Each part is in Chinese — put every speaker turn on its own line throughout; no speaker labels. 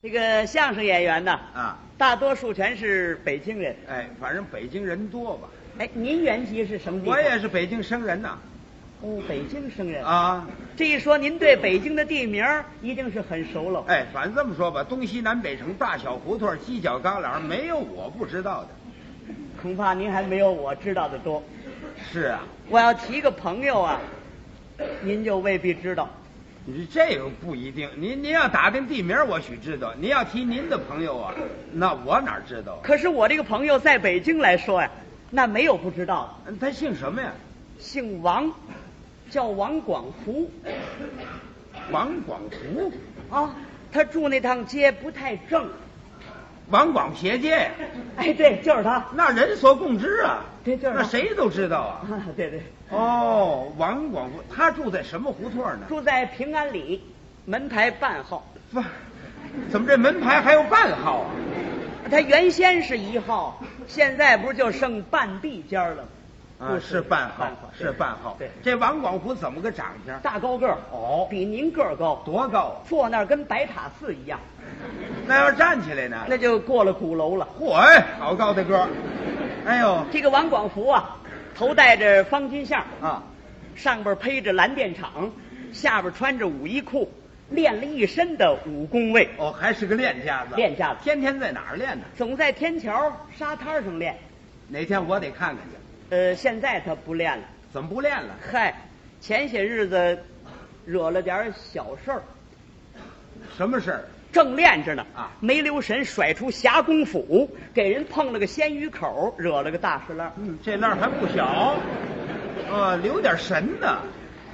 这个相声演员呐，
啊，
大多数全是北京人。
哎，反正北京人多吧。
哎，您原籍是什么地方？
我也是北京生人呐。
哦，北京生人。
啊，
这一说，您对北京的地名儿一定是很熟了。
哎，反正这么说吧，东西南北城大小胡同犄角旮旯，没有我不知道的。
恐怕您还没有我知道的多。
是啊，
我要提个朋友啊，您就未必知道。
你这个不一定。您您要打听地名，我许知道；您要提您的朋友啊，那我哪知道啊？
可是我这个朋友在北京来说呀、那没有不知道的。
嗯他姓什么呀？
姓王，叫王广福
王广福，
啊。他住那趟街不太正。
王广斜街呀，
哎，对，就是他。
那人所共知啊。
对就是他
那谁都知道啊。
啊，对对，
哦，王广福，他住在什么胡同呢？
住在平安里，门牌半号。
不，怎么这门牌还有半号啊？
他原先是一号，现在不是就剩半壁间儿了吗？
啊，是半号，是半号。
对，
这王广福怎么个长相？
大高个儿，
哦
比您个儿高，
多高啊？
坐那儿跟白塔寺一样，
那要站起来呢？
那就过了鼓楼了。
嚯，哎，好高的个儿！哎呦，
这个王广福啊，头戴着方巾下，
啊，
上边披着蓝靛厂，下边穿着舞衣裤，练了一身的武功卫，
哦，还是个练家子。
练家子
天天在哪儿练呢？
总在天桥沙滩上练。
哪天我得看看去。
呃，现在他不练了。
怎么不练了？
嗨，前些日子惹了点儿小事儿，
什么事儿？
正练着呢
啊
没留神甩出霞公斧，给人碰了个鲜鱼口，惹了个大石浪。
嗯，这浪还不小，啊，留点神呢。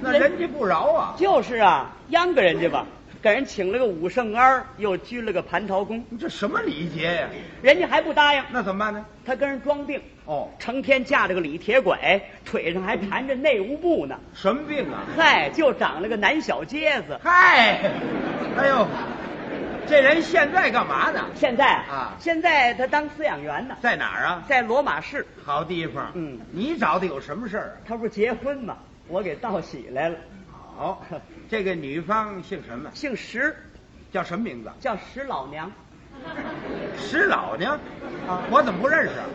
那
人
人家不饶啊，
就是啊，秧歌人家吧，给人请了个武圣庵儿，又拘了个蟠桃宫，
你这什么礼节呀？
人家还不答应，
那怎么办呢？
他跟人装病，
哦，
成天架着个李铁拐，腿上还缠着内务布呢。
什么病啊？
嗨，就长了个南小疖子。
嗨，哎呦，这人现在干嘛呢？
现在
啊
现在他当饲养员呢，
在哪儿啊？
在罗马市。
好地方。
嗯
你找的有什么事儿
他不是结婚吗？我给道喜来了，
啊？好， 这个女方姓什么？
姓石，
叫什么名字？
叫石老娘，
石老娘。
啊
我怎么不认识啊？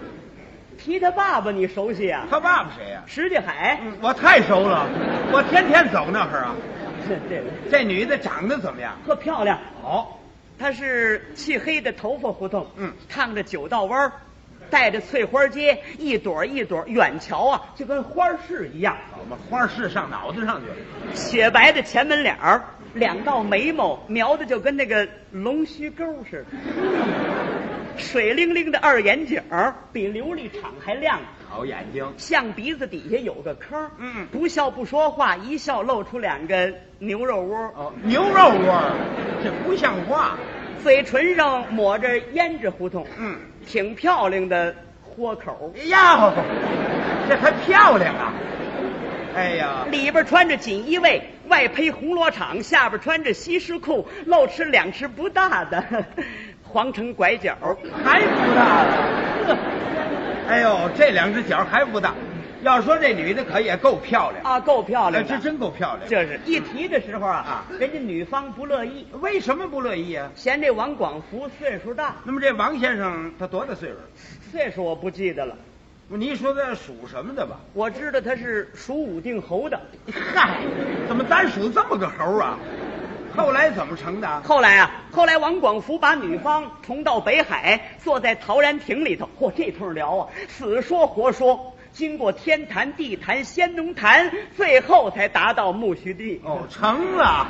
提他爸爸你熟悉啊？
他爸爸谁呀、
石家海，
嗯我太熟了，我天天走那会儿啊。
对了，
这女的长得怎么样？
特漂亮。
好，
她是漆黑的头发胡同，
嗯
烫着九道弯儿，带着翠花街，一朵一朵，远瞧啊，就跟花儿似一样。
好嘛，花市上脑子上去了。
雪白的前门脸儿，两道眉毛描的就跟那个龙须沟似的，水灵灵的二眼井儿，比琉璃厂还亮。
好眼睛，
象鼻子底下有个坑，
嗯
不笑不说话，一笑露出两个牛肉窝，
哦，牛肉窝儿，这不像话。
嘴唇上抹着胭脂胡同，
嗯，
挺漂亮的豁口，
哎呀，这还漂亮啊！哎呀，
里边穿着锦衣卫，外披红罗场，下边穿着西施裤，露吃两尺不大的 皇城拐角，
还不大了。哎呦，这两只脚还不大。要说这女的可也够漂亮，
啊，够漂
哎
亮
这
的。
真够漂亮。
这是一提的时候啊
啊，
人家女方不乐意，
为什么不乐意啊？
嫌这王广福岁数大，
那么这王先生他多大岁数？
岁数我不记得了，
你说他属什么的吧？
我知道他是属武定侯的。
嗨，怎么单属这么个猴啊？后来怎么成的？
后来啊，后来王广福把女方同到北海，坐在陶然亭里头，嚯，这通聊啊，死说活说，经过天坛、地坛、仙农坛，最后才达到木须地。
哦，成了。